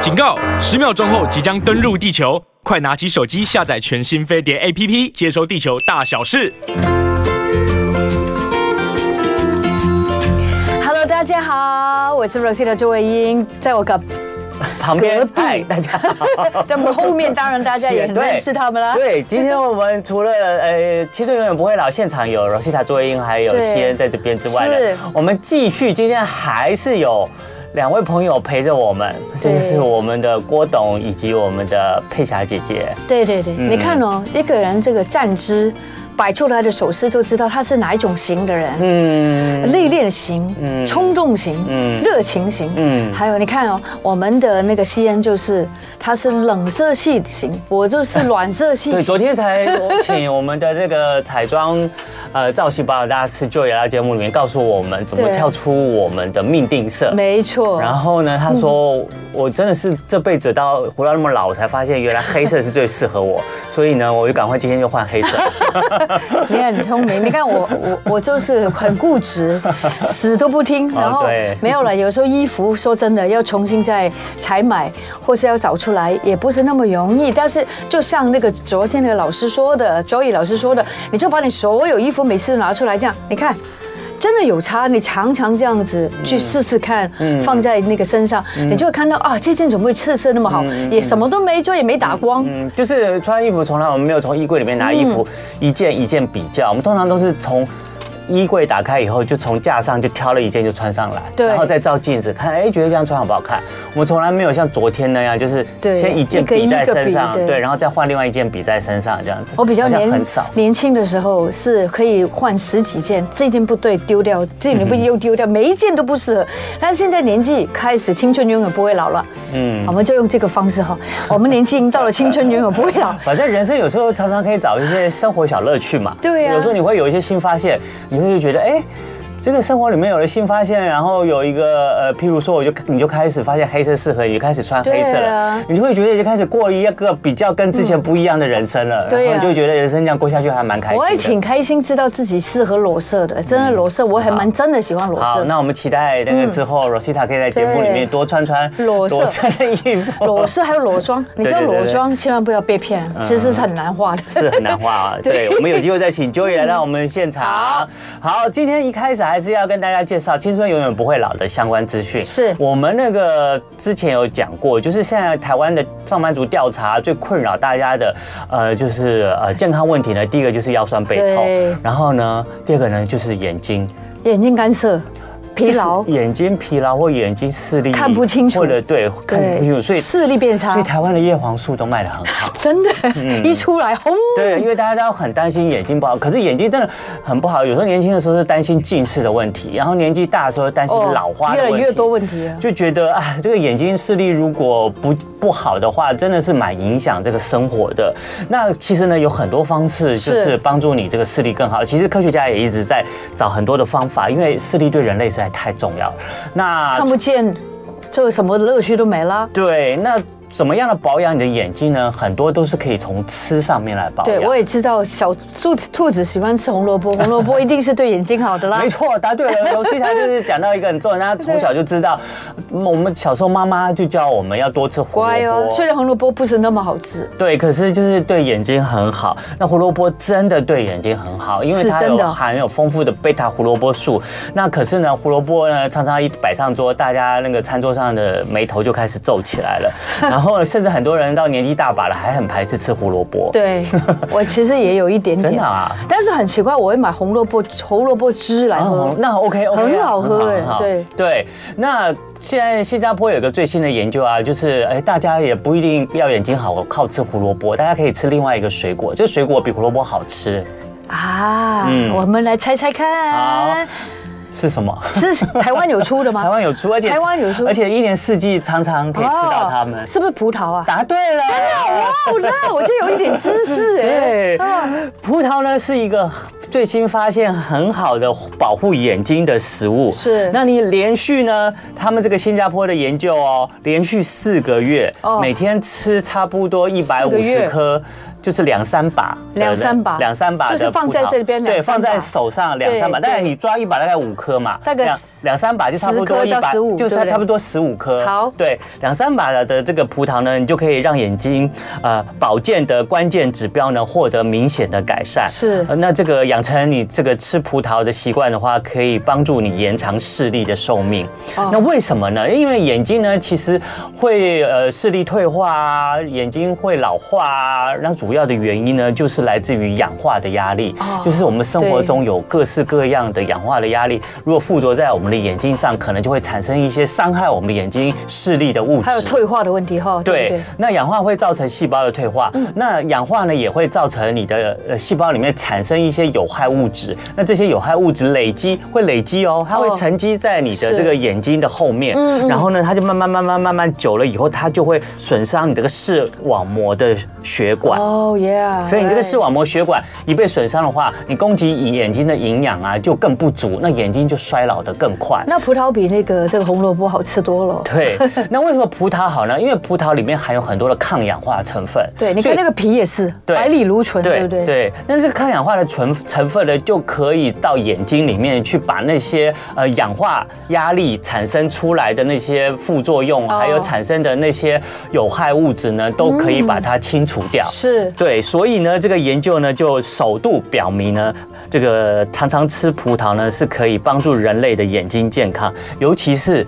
警告！十秒钟后即将登陆地球，快拿起手机下载全新飞碟 APP，接收地球大小事。 Hello，大家好，我是 Rosita 周慧英，在我隔 旁边隔，壁嗨，大家好。在我们后面，当然 大 家也很对认识他们啦。对，今天我们除了呃，其实永远不会老现场有 Rosita 作业英还有对西恩在这边之外呢是，我们继续今天还是有两位朋友陪着我们，这对就是我们的郭董以及我们的佩霞姐姐。对对嗯对，你看哦，一个人这个站姿，摆出他的手势，就知道他是哪一种型的人。嗯，内敛型、嗯冲动型、嗯热情型，嗯还有你看哦，我们的那个西恩就是他是冷色系型，我就是暖色系 对，型。昨天才我请我们的这个彩妆呃造型保养大师 Joy 来到节目里面，告诉我们怎么对跳出我们的命定色。没错，然后呢，他说、哦我真的是这辈子到活到那么老，我才发现原来黑色是最适 合我，所以呢，我就赶快今天就换黑色。啊你很聪明，你看我我我就是很固执，死都不听，然后哦对没有了。有时候衣服说真的要重新再采买，或是要找出来，也不是那么容易。但是就像那个昨天那个老师说的，Joey 老师说的，你就把你所有衣服每次都拿出来，这样你看。真的有差，你常常这样子嗯去试试看，放在那个身上，你就会看到啊，这件怎么会赤色那么好，也什么都没做，也没打光，嗯，就是穿衣服从来我们没有从衣柜里面拿衣服、嗯一件一件比较，我们通常都是从。衣柜打开以后，就从架上就挑了一件就穿上来，对然后再照镜子看，哎，觉得这样穿好不好看？我们从来没有像昨天那样，就是对先一件一个一比个在身比上，对对，然后再换另外一件比在身上这样子。我比较好像年很少，年轻的时候是可以换十几件，这件不对丢掉，这嗯件不又丢掉，每一件都不适合。但是现在年纪开始，青春永远不会老了。嗯，我们就用这个方式 哈，我们年纪已经到了青春永远不会老。反正人生有时候常常可以找一些生活小乐趣嘛。对啊有时候你会有一些新发现，你会觉得哎。这个生活里面有了新发现，然后有一个呃，譬如说，我就你就开始发现黑色适合你，就开始穿黑色对了，啊你就会觉得就开始过一个比较跟之前不一样的人生了，对啊然后你就会觉得人生这样过下去还蛮开心嗯的。啊我也挺开心，知道自己适合裸色的，真的裸色，我还蛮真的喜欢裸好，色。那我们期待那个之后、Rosita 可以在节目里面嗯对多穿穿裸色多穿的衣 服，裸色还有裸 妆，你知道对对对裸妆千万不要被骗，其实是很难画的。是很难 画啊。对，我们有机会再请 Joey 来到我们现场。好，今天一开始还是要跟大家介绍《青春永远不会老》的相关资讯。是我们那个之前有讲过，就是现在台湾的上班族调查最困扰大家的，呃，就是呃健康问题呢，第一个就是腰酸背对痛，然后呢，第二个呢就是眼睛眼睛干涩，疲劳就是，嗯眼睛疲劳或眼睛视力看不清楚啊或者对看不清楚，所以视力变差所以，台湾的叶黄素都卖得很好。真的，一出来轰。嗯对，因为大家都很担心眼睛不好，可是眼睛真的很不好。有时候年轻的时候是担心近视的问题，然后年纪大的时候担心老花的哦越问来题，越多问题啊。就觉得啊，这个眼睛视力如果不不好的话，真的是蛮影响这个生活的。那其实呢，有很多方式就是是帮助你这个视力更好。其实科学家也一直在找很多的方法，因为视力对人类实在太重要了。那看不见，就什么乐趣都没了。对，那怎么样的保养你的眼睛呢？很多都是可以从吃上面来保养。对，我也知道小兔兔子喜欢吃红萝卜， 红萝卜一定是对眼睛好的 啦没。错，答对了。尤其他就是讲到一个很重要，大家从小就知道，嗯我们小时候妈妈就教我们要多吃胡乖萝哦，虽卜。哦然红萝卜不是那么好吃，对，可是就是对眼睛很好。那胡萝卜真的对眼睛很好，因为是它真有的含有丰富的贝塔胡萝卜素。那可是呢，胡萝卜呢常常一摆上桌，大家那个餐桌上的眉头就开始皱起来了。然后甚至很多人到年纪大把了，还很排斥吃胡萝卜。， 对我其实也有一点真点的，啊。但是很奇怪，我会买红萝卜红萝卜汁来喝哦，。那 OK OK，很好喝哎对对。那现在新加坡有个最新的研究啊，就是哎，大家也不一定要眼睛好靠吃胡萝卜，大家可以吃另外一个水果，这个水果比胡萝卜好吃，啊嗯，我们来猜猜看，是什么？是台湾有出的吗？ 台湾有出，而且台湾有出而且一年四季常常可以吃到它们哦。是不是葡萄啊？答对了，哦，那我就有一点知 识哎。对啊，葡萄呢是一个最新发现很好的保护眼睛的食物。是那你连续呢？他们这个新加坡的研究哦，连续四个月，哦每天吃差不多一百四个五十月颗。就是两三把的那，两三把两三把的就是放在葡萄这边两对，三放在把手上两对三把，但是对你抓一把大概五颗嘛，大概两十两三把就差10不多颗一到把， 15就是对不对差不多十五颗。好对，两三把的这个葡萄呢，你就可以让眼睛呃保健的关键指标呢获得明显的改善。是呃那这个养成你这个吃葡萄的习惯的话，可以帮助你延长视力的寿命。哦那为什么呢？因为眼睛呢，其实会呃视力退化啊，眼睛会老化啊。那主要的原因呢，就是来自于氧化的压力，哦就是我们生活对中有各式各样的氧化的压力，如果附着在我们的眼睛上，可能就会产生一些伤害我们的眼睛视力的物质。还有退化的问题哈，对不嗯对，那氧化会造成细胞的退化，那氧化呢也会造成你的呃细胞里面产生一些有害物质，那这些有害物质累积会累积哦，它会哦沉积在你的是这个眼睛的后面，嗯嗯然后呢它就慢慢慢慢慢慢久了以后，它就会损伤你这个视网膜的血管。哦耶，所以你这个 right 视网膜血管一被损伤的话，你供给眼睛的营养啊就更不足，那眼睛就衰老的更快。那葡萄比那个这个红萝卜好吃多了。对，那为什么葡萄好呢？因为葡萄里面含有很多的抗氧化成分。对，你所以看那个皮也是对百里芦醇，对不对？对，那这个抗氧化的成成分呢，就可以到眼睛里面去，把那些呃氧化压力产生出来的那些副作用，哦还有产生的那些有害物质呢，都可以把它清除掉。是对，所以呢，这个研究呢就首度表明呢，这个常常吃葡萄呢是可以帮助人类的眼睛健康，尤其是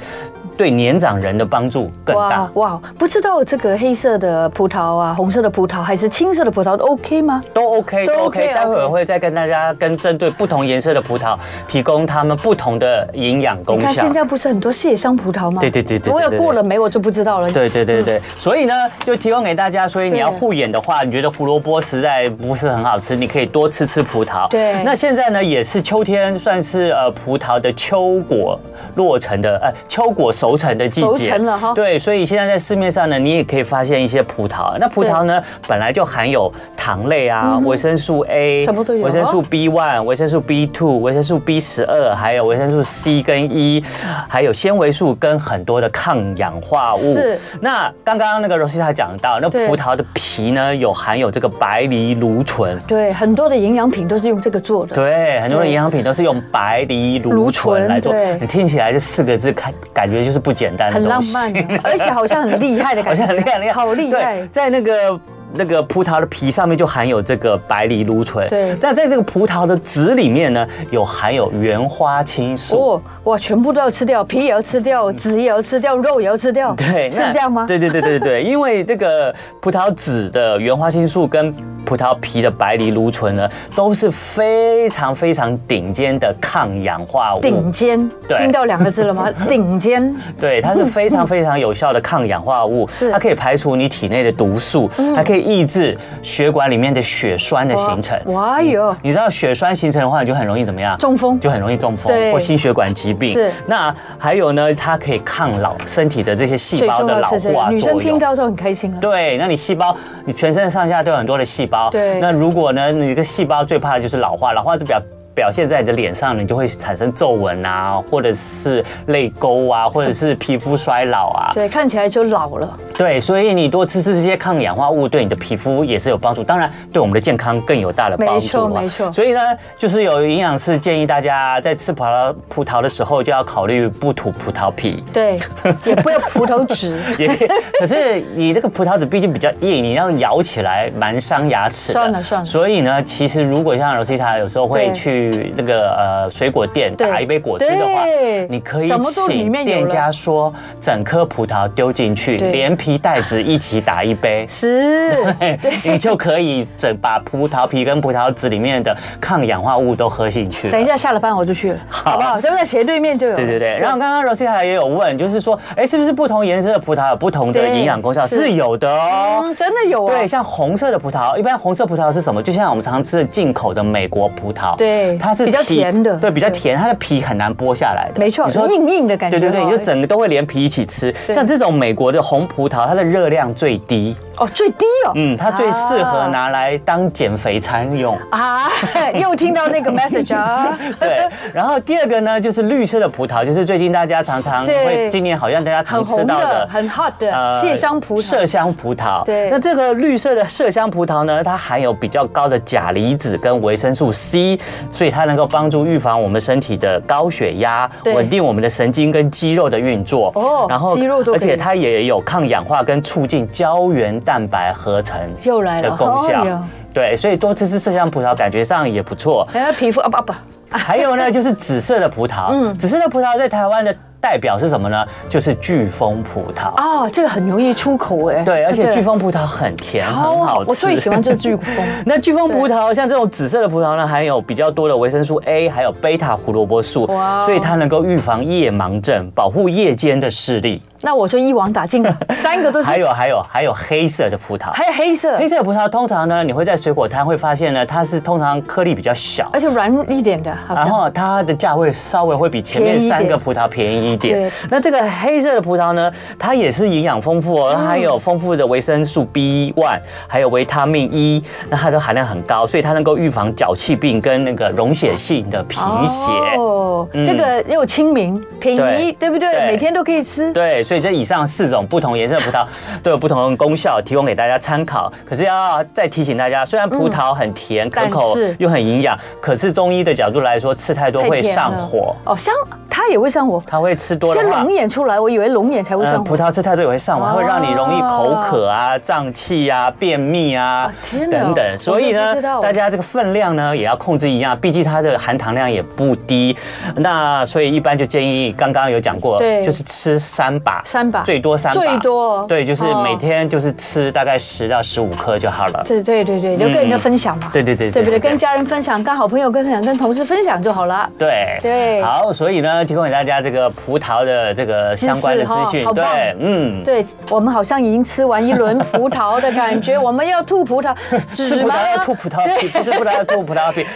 对年长人的帮助更大哇。哇，不知道这个黑色的葡萄啊，红色的葡萄还是青色的葡萄都 OK 吗？都 OK，都都 OK， OK。待会 OK 儿会再跟大家跟针对不同颜色的葡萄，提供它们不同的营养你功看效现。在不是很多蟹香葡萄吗？对对对对对我有对对过了没我就不知道了。对对对对，所以呢，就提供给大家。所以嗯你对要护眼的话，你觉得胡萝卜实在不是很好吃，你可以多吃吃葡萄。对那现在呢，也是秋天，算是呃葡萄的秋果落成的，呃秋果熟成的季节。熟成了哈对，所以现在在市面上呢，你也可以发现一些葡萄。那葡萄呢，本来就含有糖类啊、维生素嗯 A、什么都有维生素 B one、维生素 B two、维生素 B 十二，还有维生素 C 跟 E，还有纤维素跟很多的抗氧化物。是那刚刚那个 Rosita 讲到，那对葡萄的皮呢有含有这个白藜芦醇。对，很多的营养品都是用这个做的。对，很多的对营养品都是用白藜芦芦醇醇来做对。你听起来这四个字，看感觉就是不简单的很浪东西，漫啊的，而且好像很厉害的 好感觉，像很厉害，很厉害好厉害对，！在那个。那个葡萄的皮上面就含有这个白藜芦醇，对但在这个葡萄的籽里面呢，有含有原花青素。哦，哇，全部都要吃掉，皮也要吃掉，籽也要吃掉，肉也要吃掉，对，是那这样吗？对对对 对对，因为这个葡萄籽的原花青素跟葡萄皮的白藜芦醇呢，都是非常非常顶尖的抗氧化物。顶尖，对听到两个字了 吗？顶尖，对，它是非常非常有效的抗氧化物，是嗯它可以排除你体内的毒素，还可以抑制血管里面的血栓的形成。哇哟，你知道血栓形成的话，你就很容易怎么样？中风就很容易中风对或心血管疾病。是那还有呢，它可以抗老，身体的这些细最胞重的要老是这化个，女生作听用。到之后很开心啊。对，那你细胞，你全身上下都有很多的细胞。对那如果呢，你一个细胞最怕的就是老化，老化就表表现在你的脸上，你就会产生皱纹啊，或者是泪沟啊，或者是皮肤衰老啊。对，看起来就老了，对，所以你多吃吃这些抗氧化物，对你的皮肤也是有帮助，当然对我们的健康更有大的帮助了。没错没错所以呢，就是有营养师建议大家在吃葡萄葡萄的时候，就要考虑不吐葡萄皮。 对，也不要葡萄籽，也可以可是你这个葡萄籽毕竟比较硬，你要咬起来蛮伤牙齿的。算了算了所以呢，其实如果像 Rosita 有时候会对去那个呃水果店对打一杯果汁的话对，你可以什么都里请面有了店家说整颗葡萄丢进去，对。连皮带籽一起打一杯是， 嘿你就可以整把葡萄皮跟葡萄籽里面的抗氧化物都喝进去了。等一下下了班我就去 了，好不好？就在斜对面就有了。对对对，然后刚刚 Rosita 也有问，就是说，哎，是不是不同颜色的葡萄有不同的对营养功效？是是有的哦。嗯，真的有啊对，，像红色的葡萄，一般红色葡萄是什么？就像我们常吃的进口的美国葡萄，对它是比较皮甜的对，比较对甜，它的皮很难剥下来的，没错，硬硬的感觉对哦。对对，你就整个都会连皮一起吃。对像这种美国的红葡萄，它的热量最低，哦，最低哦。嗯，它最适合拿来当减肥餐用。啊，又听到那个 message 啊。 对，然后第二个呢，就是绿色的葡萄，就是最近大家常常对会，今年好像大家常很吃红到的的，，很 hot 的呃麝香葡萄麝。香葡萄，对那这个绿色的麝香葡萄呢，它含有比较高的钾离子跟维生素 C，所以它能够帮助预防我们身体的高血压，对稳定我们的神经跟肌肉的运作。哦肌肉都可以而且它也有抗氧化跟促进胶原蛋白合成 又来了的功效哎呦。对，所以多吃吃麝香葡萄，感觉上也不错。然后皮肤啊不啊不，还有 呢，就是紫色的葡萄。嗯紫色的葡萄在台湾的代表是什么呢？就是飓风葡萄。哦，这个很容易出口哎。对，而且飓风葡萄很甜，很超好好，吃。我最喜欢就是巨峰。 那飓风葡萄像这种紫色的葡萄呢，含有比较多的维生素 A，还有贝塔胡萝卜素哇哦，所以它能够预防夜盲症，保护夜间的视力。那我就一网打尽了，三个都是。还有还有还有黑色的葡萄，还有黑色黑，色的葡萄通常呢，你会在水果摊会发现呢，它是通常颗粒比较小。而且软一点的，好然像后它的价位稍微会比前面便宜一点三个葡萄便宜一对点。那这个黑色的葡萄呢，它也是营养丰富哦，嗯它还有丰富的维生素 B one，还有维他命 E，那它的含量很高，所以它能够预防脚气病跟那个溶血性的贫血。哦，嗯这个又亲民便宜，对对不对？对每天都可以吃。对，所以这以上四种不同颜色的 葡萄都有不同的功效，提供给大家参考。可是要再提醒大家，虽然葡萄很甜、可但口是又很营养，可是中医的角度来说，吃太多太会甜上了火，哦，上它也会上火，它会吃多的先话龙。眼出来，我以为龙眼才会嗯，上葡火。哦萄吃太多也会上火，它会让你容易口渴啊、胀气啊、便秘啊啊天哪等等。所以我都不呢知道，大家这个分量呢也要控制一样，毕竟它的含糖量也不低。那所以一般就建议，刚刚有讲过对，就是吃三把，三把最多三把，最多对，就是哦每天就是吃大概十到十五颗就好了。对对对对，留给人家分享嘛。嗯对对对对不对？对对跟家人分享，跟好朋友分享，跟同事分享就好了。对对好，所以呢，提供给大家这个葡萄的这个相关的知资识哈讯好，对棒，嗯，对我们好像已经吃完一轮葡萄的感觉，我们要吐葡 萄，吃纸葡吗萄要吐葡萄皮，不吃葡萄要吐葡 萄皮。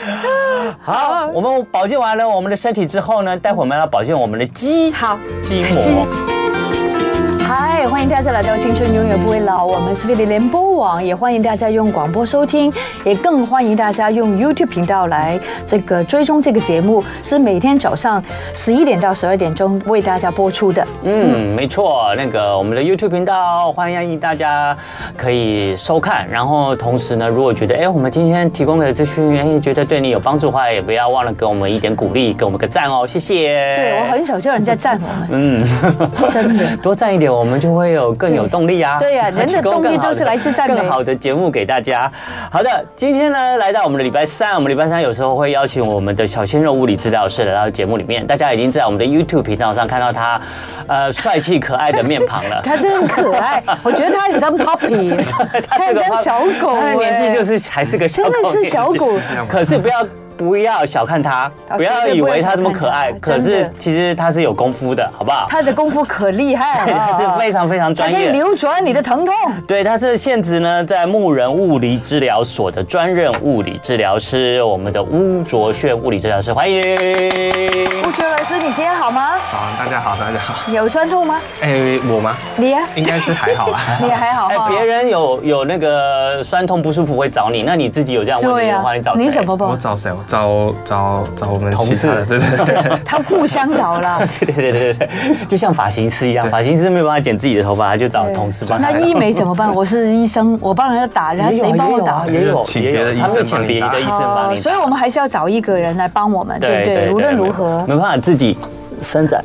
好，我们保健完了我们的身体之后呢，待会我们要保健我们的肌好，筋膜。嗨，欢迎大家来到《青春永远不会老》，我们是飞碟联播网，也欢迎大家用广播收听，也更欢迎大家用 YouTube 频道来这个追踪这个节目，是每天早上十一点到十二点钟为大家播出的。嗯，没错，那个我们的 YouTube 频道，欢迎大家可以收看。然后同时呢，如果觉得哎我们今天提供的资讯哎觉得对你有帮助的话，也不要忘了给我们一点鼓励，给我们个赞哦，谢谢。对我很少叫人家赞我 们，嗯，真的。多赞一点，我们就会有更有动力啊！对对 呀人的提供更动力好都是来自赞美更好的节目给大家。好的，今天呢，来到我们的礼拜三，我们礼拜三有时候会邀请我们的小鲜肉物理治疗师来到节目里面，大家已经在我们的 YouTube 频道上看到他，呃，帅气可爱的面 庞了。它真的很可爱，我觉得它很像 puppy，它很像小狗、他的年纪就哎是还是个小真狗，的是小狗，可是不要不要小看它，啊不要绝对以不要为它这小么看可爱它，可真是的其实它是有功夫的，好不好？ 它的功夫可厉害对，了，它是非常非常它专可业以的。扭转你的疼痛。对，他是现职呢在牧人物理治疗所的专任物理治疗师，我们的巫卓炫物理治疗师，欢迎。吴觉老师，你今天好吗？好，啊大家好，大家好。有酸痛吗？哎、我吗？你呀、应该是还好啊啦。 你还好啊哎，哈？别人有有那个酸痛不舒服会找你，那你自己有这样问对题呀、的话，你找谁？你怎么我不？找谁？我找找找我们同其他的事。对对对。 他互相找了对对对对对对， 就像发型师一样，发型师没有办法剪自己的头发，他就找同事帮他那。医美怎么办？我是医生，我帮人家打，人家也有谁帮我也有啊打？也有请也别的有，医他生会请帮你别打的医生帮哦，你打。所以我们还是要找一个人来帮我们，对不对？无论如何没，办法自己 伸展，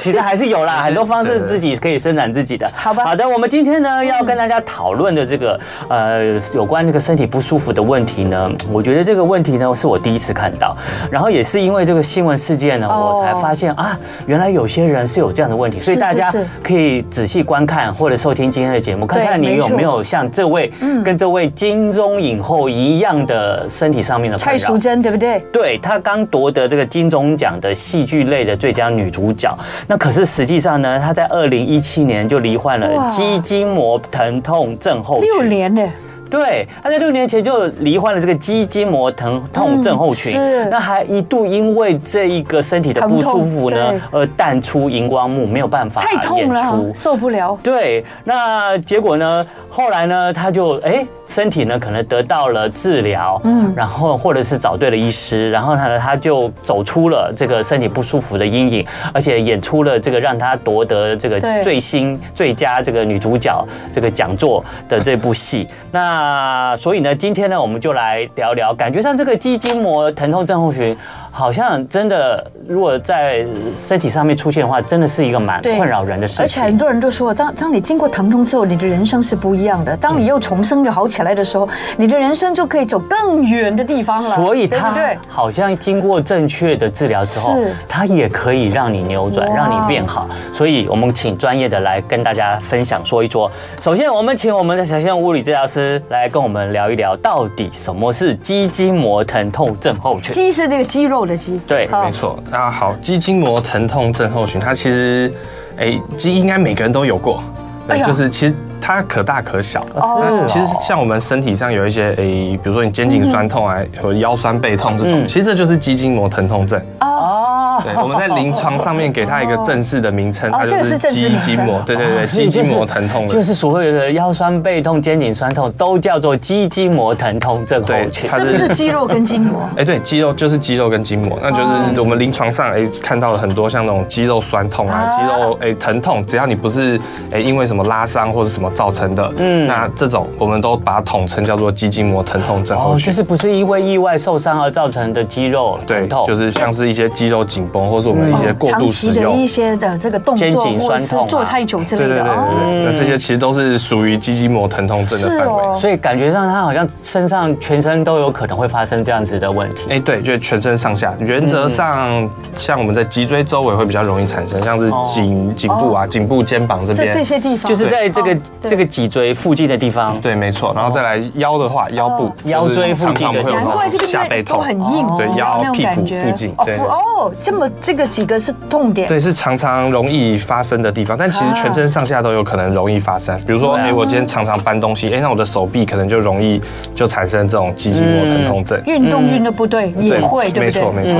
其实还是有啦，很多方式自己可以伸展自己的。 好吧好的，我们今天呢要跟大家讨论的这个呃有关那个身体不舒服的问题呢，我觉得这个问题呢是我第一次看到，然后也是因为这个新闻事件呢，哦我才发现啊，原来有些人是有这样的问题，所以是大家是是可以仔细观看或者收听今天的节目，看对看你没错有嗯没有像这位跟这位金钟影后一样的身体上面的困蔡扰。淑珍对不对？对她刚夺得这个金钟奖的戏剧类的最佳女主角，那可是实际上呢，她在二零一七年就罹患哇了肌筋膜疼痛症候六群，年呢，对，他在六年前就罹患了这个肌筋膜疼痛症候群，嗯是那还一度因为这一个身体的不舒服呢疼痛，而淡出荧光幕，没有办法太演痛了出，。受不了。对，那结果呢？后来呢，他就哎，身体呢可能得到了治疗，嗯嗯，然后或者是找对了医师，然后呢，他就走出了这个身体不舒服的阴影，而且演出了这个让他夺得这个对最新最佳这个女主角这个讲座的这部戏。那所以呢，今天呢，我们就来聊聊，感觉上这个肌筋膜疼痛症候群。好像真的，如果在身体上面出现的话，真的是一个蛮对困扰人的事情。而且很多人都说，当当你经过疼痛之后，你的人生是不一样的。当你又重生又好起来的时候，你的人生就可以走更远的地方了。所以对不它对？好像经过正确的治疗之后是，它也可以让你扭转，哇让你变好。所以我们请专业的来跟大家分享说一说。首先，我们请我们的小象物理治疗师来跟我们聊一聊，到底什么是肌筋膜疼痛症候群？肌是那个肌肉的肌，对好没错，那好，肌筋膜疼痛症候群，它其实，哎，肌应该每个人都有过，哎对，呀就是其实它可大可小。哦那其实像我们身体上有一些，诶，比如说你肩颈酸痛啊，或者腰酸背痛这种，嗯其实这就是肌筋膜疼痛症。哦，哦 对，我们在临床上面给它一个正式的名称，哦它就这个是是正式肌名称筋膜，对对 对，所以肌就是筋膜疼痛就的。是所谓的腰酸背痛、肩颈酸痛，都叫做肌筋膜疼痛症候对群。它是不是肌肉跟筋 膜？哎，对，肌肉就是肌肉跟筋膜，那就是我们临床上哎看到了很多像那种肌肉酸痛啊、啊肌肉哎疼痛，只要你不是哎因为什么拉伤或者什么造成的，嗯嗯，那这种我们都把它统称叫做肌筋膜疼痛症候哦，就群。是不是因为意外受伤而造成的肌肉对疼痛，，就是像是一些肌肉紧绷，或是我们一些过哦嗯长度期使的一用。些的这个动肩作，颈或者酸是痛啊坐太久之对类对的对对哦。对，那这些其实都是属于肌筋膜疼痛症的是范围。哦所以感觉上他好像身上全身都有可能会发生这样子的问题。哎、对，就是全身上下，原则上像我们在脊椎周围会比较容易产生，像是哦颈颈部啊、颈部、肩膀这这这边。些地方就是在这个哦对这个脊椎附近的地方。对，没错。然后再来腰的话，腰部、哦腰就是椎附近常的常会有地那方难怪这种边下背都痛，很硬，对有腰那种屁股感觉附近哦对腹哦，这么这个几个是痛点，对，是常常容易发生的地方。但其实全身上下都有可能容易发生。比如说，对啊哎、我今天常常搬东西，哎、那我的手臂可能就容易就产生这种肌筋膜疼痛症。运动运的不对也会，对嗯没不对？嗯错，没错。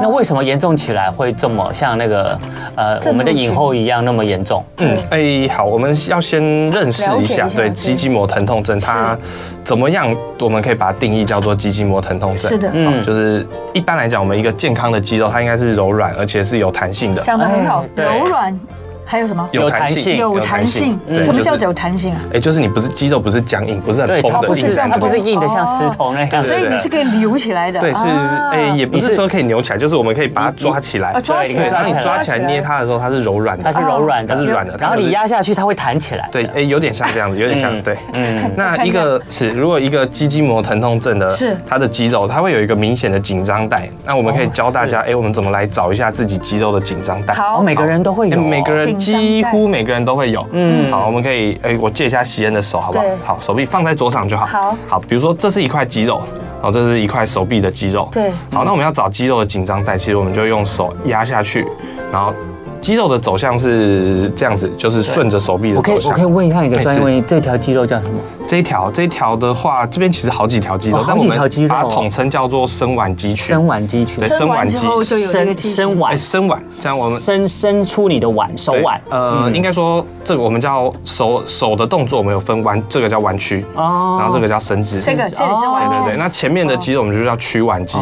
那为什么严重起来会这么像那个呃症我们的候群影后一样那么严重？嗯，哎、好，我们要先认识了一解一下下，对对肌筋膜疼痛症，它怎么样？我们可以把它定义叫做肌筋膜疼痛症。是的，嗯嗯，就是一般来讲，我们一个健康的肌肉，它应该是柔软而且是有弹性的，讲的很好哎，对柔软，还有什么？有弹性有弹性，对什么叫就是有弹性啊？哎、就是你不是肌肉不是僵硬，不是很对，它不崩的是硬在它那不是边。硬的像哦石头那样。对所以你是可以扭起来的，对，是啊哎、也不你是是说可以扭起来，就是我们可以把它抓起来啊，。抓对起对，来，当你抓起来捏它。它的时候，它是柔软它的是。柔软的，它是软的然后你压下去，它会弹起来。对，哎、，有点像这样子，有点像嗯对。嗯，那一个是，如果一个肌筋膜疼痛症的，是它的肌肉，它会有一个明显的紧张带。那我们可以教大家，哎、我们怎么来找一下自己肌肉的紧张带？哦，好，每个人都会有哎哦，每个人紧几张带乎每个人都会有。嗯嗯，好，我们可以，哎、我借一下席恩的手，好不好对？好，手臂放在桌上就好。好好，比如说这是一块肌肉，好，这是一块手臂的肌肉。对好，那我们要找肌肉的紧张带，其实我们就用手压下去，然后肌肉的走向是这样子，就是顺着手臂我的可以走我可以向。问一下你的专业没事问题，这条肌肉叫什么？这一条这一条的话，这边其实好几条肌肉哦，但好我几们条肌肉把它统称叫做伸腕肌群。伸腕肌群对，，伸伸完腕之肌后就有这个伸肌伸腕哎，，伸腕，像我们伸伸出你的腕，手对腕。呃，应该说这个我们叫手手的动作，我们有分弯，这个叫弯曲，哦然后这个叫伸直。这个这里是哦完对对全对，那前面的肌肉我们就叫屈腕肌，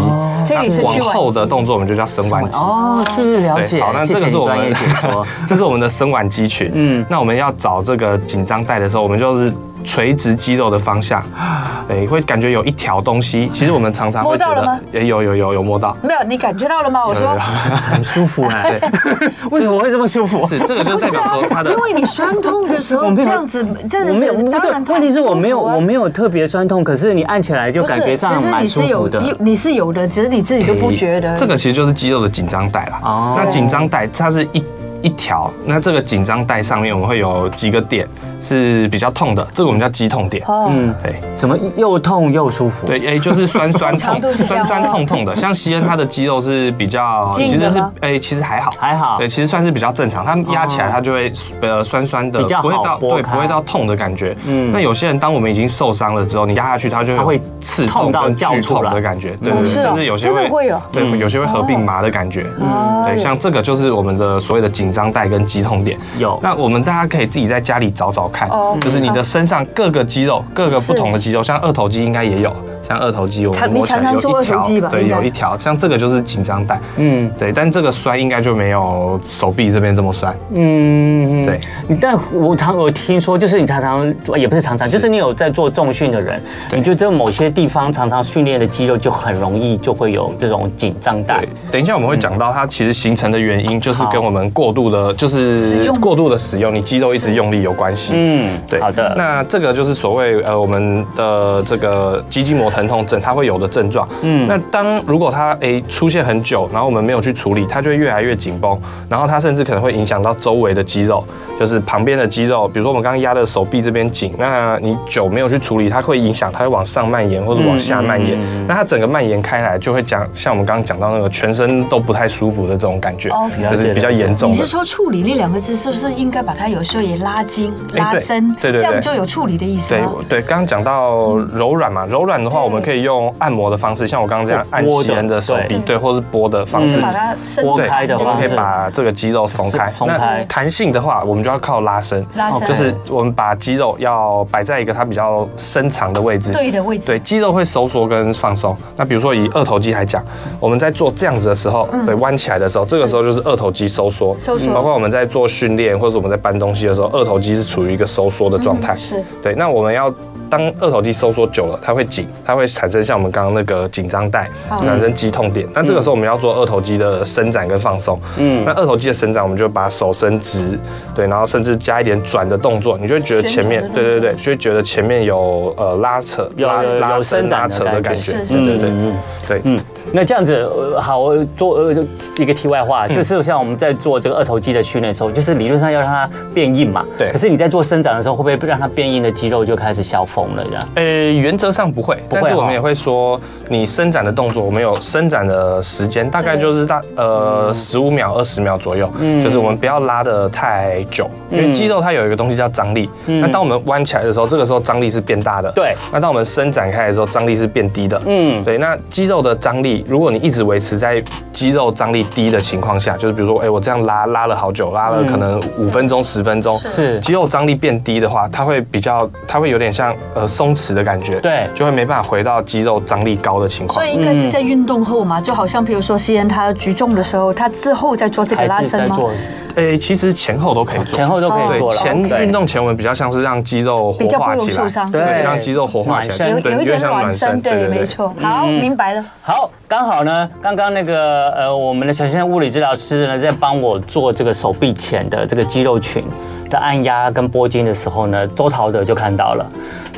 这里是那往屈后的腕动作我们就叫伸腕肌。哦，是了解对，。好，那谢谢这个你是我专业们解 说。这是我们的伸腕肌群。嗯嗯，那我们要找这个紧张带的时候，我们就是垂直肌肉的方向，哎，会感觉有一条东西。其实我们常常会摸到觉了吗得，哎，有有有有摸到。没有，你感觉到了吗？我有有 说有。很舒服 啊 哎、为什么会这么舒服？是这个就代表说它的啊因为你酸痛的时 我候没这有样子，这我样没有，子不当是然痛问题是我没有，不舒服啊我没有特别酸痛，可是你按起来就不是感觉上蛮舒服的其实你是。有，你你是有的，只是你自己都不觉得。这个其实就是肌肉的紧张带啦。哦那紧张带它是一一条，那这个紧张带上面我们会有几个点，是比较痛的，这个我们叫肌痛点。哦，嗯，对怎么又痛又舒服？对，哎、就是酸酸长痛度，是这样酸酸痛痛的。像西恩他的肌肉是比较，硬其的实是吗哎、其实还好，还好哦对，其实算是比较正常。他们压起来，它就会呃酸酸的，比较好不会到拨对，开不会到痛的感觉。嗯嗯，那有些人当我们已经受伤了之后，你压下去，它就它会刺痛痛到跟剧叫出痛来嗯的感觉，对哦对对，是哦甚至有些真的会有对，有些会合并麻的感觉。嗯哦对，像这个就是我们的所谓的紧张带跟肌痛点。有那我们大家可以自己在家里找找看哦，就是你的身上各个肌肉、各个是不同的肌肉，像二头肌应该也有，像二头肌我常们你摸起常来常有做一二头肌吧条，对，应该有一条，像这个就是紧张带。嗯对，但这个酸应该就没有手臂这边这么酸。嗯，对。你但我常我听说，就是你常常呃也不是常常，就是你有在做重训的人，对你就这某些地方常常训练的肌肉就很容易就会有这种紧张带对。，等一下我嗯们会讲到它其实形成的原因，就是好跟我们过度的，就使是用过度的使用，你肌肉一直用力有关系。嗯，对，好的。那这个就是所谓呃我们的这个肌筋膜疼痛症，它会有的症状。嗯嗯，那当如果它诶、出现很久，然后我们没有去处理，它就会越来越紧绷，然后它甚至可能会影响到周围的肌肉，就是旁边的肌肉，比如说我们刚刚压的手臂这边紧，那你久没有去处理，它会影响，它会往上蔓延或者往下蔓延，嗯嗯嗯嗯那它整个蔓延开来，就会讲像我们刚刚讲到那个全身都不太舒服的这种感觉哦 OK 就是比较严重你的是。说“处理”那两个字，是不是应该把它有时候也拉筋、对拉伸，对对对这样就有处理的意思对吗？对，刚刚讲到柔软嘛，柔软的话，哦嗯对我们可以用按摩的方式，像我刚刚这样按拨的西人的手臂对，对，或是拨的方是式，把它伸拨对，开的我方们可式以把这个肌肉松开。松开那弹性的话，我们就要靠拉伸，拉伸就 OK 是我们把肌肉要摆在一个它比较伸长的位置。对的位置。对，肌肉会收缩跟放松。那比如说以二头肌来讲，我们在做这样子的时候，对，弯起来的时候，这个时候就是二头肌收缩。嗯收缩包括我们在做训练或者我们在搬东西的时候，二头肌是处于一个收缩的状态。嗯是。对，那我们要当二头肌收缩久了，它会紧，它会产生像我们刚刚那个紧张带，哦产生肌痛点。那这个时候我们要做二头肌的伸展跟放松。嗯嗯。那二头肌的伸展，我们就把手伸直，对，然后甚至加一点转的动作，你就会觉得前面旋转的，动对对作对，就会觉得前面有呃拉扯，有拉有有拉伸伸展拉的扯感的感觉觉，是对对对嗯嗯对。嗯，那这样子呃好，我做呃一个题外嗯话，就是像我们在做这个二头肌的训练的时候，就是理论上要让它变硬嘛。对可是你在做伸展的时候，会不会让它变硬的肌肉就开始消风了？这样。呃，原则上不会，不会但哈是我们也会说，你伸展的动作，我们有伸展的时间，大概嗯就是大呃十五秒、二十秒左右，就是我们不要拉的太久，嗯因为肌肉它有一个东西叫张力，那当我们弯起来的时候，这个时候张力是变大的，对那当我们伸展开来的时候，张力是变低的，嗯嗯，对，那肌肉的张力，如果你一直维持在肌肉张力低的情况下，就是比如说，哎、我这样拉拉了好久，拉了可能五分钟、十分钟，嗯是肌肉张力变低的话，它会比较，它会有点像呃松弛的感觉，对就会没办法回到肌肉张力高的情况所以。应该是在运动后嘛，就好像比如说西恩他举重的时候，他之后再做这个还拉是在伸吗？做，哎、其实前后都可以做，前后都可以哦做对了。前 OK 运动前我们比较像是让肌肉活比较不化容起受来伤，对让肌肉活化起来，有对有一有点点像暖暖身，身，对，没错。好，明白了。好，刚好呢，刚刚那个呃，我们的陈先生物理治疗师呢，在帮我做这个手臂前的这个肌肉群的按压跟拨筋的时候呢，周陶德就看到了，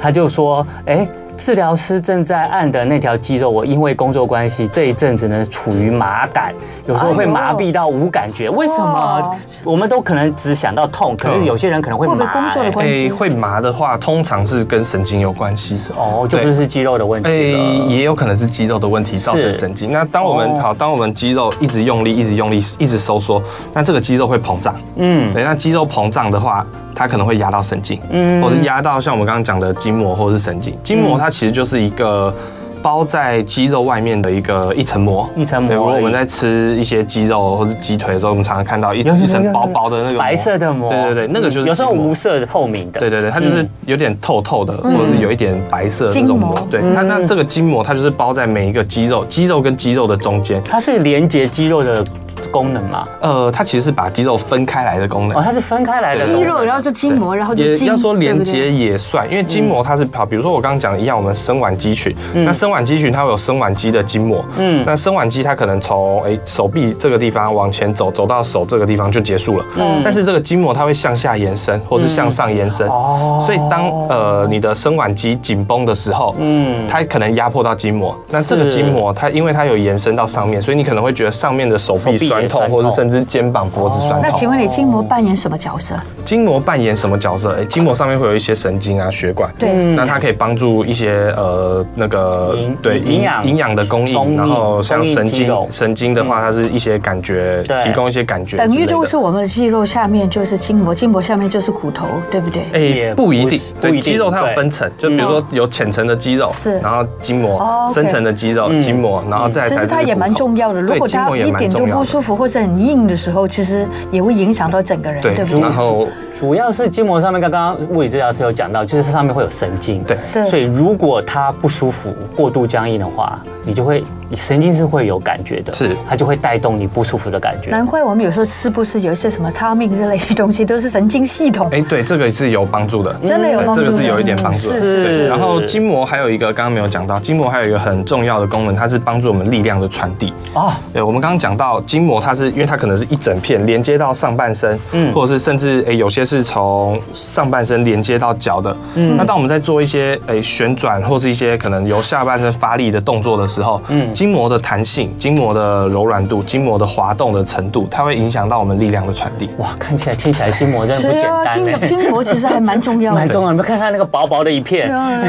他就说，哎。治疗师正在按的那条肌肉，我因为工作关系这一阵子呢处于麻感，有时候会哎呦麻痹到无感觉。为什么哇？我们都可能只想到痛，可是嗯有些人可能会会不会麻、工作的哎关诶、系会麻的话，通常是跟神经有关系。哦，就不对是肌肉的问哎、题了。也有可能是肌肉的问题造成神经。那当我们、哦好，当我们肌肉一直用力、一直用力、一直收缩，那这个肌肉会膨胀。嗯，对，那肌肉膨胀的话，它可能会压到神经，嗯嗯，或是压到像我们刚刚讲的筋膜或是神经。筋膜它其实就是一个。包在肌肉外面的一个一层膜，一层膜对，如果而已我们在吃一些鸡肉或是鸡腿的时候，我们常常看到一有有有一层有薄薄的那个膜白色的膜，嗯对对对，那个就是有时候筋膜无色的透明的，对对对，它就是有点透透的，或者是有一点白色的这种嗯膜筋膜。对，它那这个筋膜它就是包在每一个肌肉，肌肉跟肌肉的中间。它是连接肌肉的功能嘛？呃，它其实是把肌肉分开来的功哦，能。它是分开来的肌肉，然后就筋膜，然后就也筋，要说连接对也算，因为筋膜它是好，比如说我刚刚讲的一样，我们伸腕肌群，嗯那伸腕肌群它会有伸腕肌的筋膜，嗯嗯，那伸腕肌它可能从诶手臂这个地方往前走，走到手这个地方就结束了，嗯，但是这个筋膜它会向下延伸或是向上延嗯伸，哦所以当呃你的伸腕肌紧绷的时候，嗯嗯，它可能压迫到筋膜，那这个是筋膜它因为它有延伸到上面，所以你可能会觉得上面的手手臂臂酸也痛，酸或者痛甚至肩膀、脖子哦酸那痛。请问你筋膜扮演什么角色？筋膜扮演什么角色？哎，筋膜上面会有一些神经啊、血管，对那它可以帮助一些呃那个嗯营对营养营养的供供应，应然后像供应神肌肉嗯经神经的话，它是一些感觉，对提供一些感觉之类的，等于就是我们的肌肉下面就是筋膜，筋膜下面就是骨头，对不对？哎也，不一不定是，不对，一肌定肉它有对嗯分层，就比如说有浅层的肌肉，是然后筋哦膜， ，OK 深层的肌肉，嗯筋膜，然后再来其才实是它也骨蛮头重要的。如对果筋它膜也一蛮点都重要不的舒服或者很硬的时候，其实也会影响到整个人，对不对，然对？后主要是筋膜上面，刚刚物理治疗师有讲到，就是上面会有神经，对对所以如果它不舒服、过度僵硬的话，你就会，你神经是会有感觉的，是它就会带动你不舒服的感觉。难怪我们有时候是不是有一些什么他命之类的东西，都是神经系统，哎，对，这个是有帮助的，真的有对帮助的。这个是有一点帮助的嗯是对，然后筋膜还有一个刚刚没有讲到，筋膜还有一个很重要的功能，它是帮助我们力量的传递。哦，对，我们刚刚讲到筋膜，它是因为它可能是一整片连接到上半身，嗯或者是甚至诶有些是从上半身连接到脚的。嗯，那当我们在做一些诶旋转或是一些可能由下半身发力的动作的时候，嗯嗯，筋膜的弹性、筋膜的柔软度、筋膜的滑动的程度，它会影响到我们力量的传递。哇，看起来听起来筋膜真的不是简啊，单筋膜 呢。筋膜其实还蛮重要蛮的。重要，你们看它那个薄薄的一片，对，啊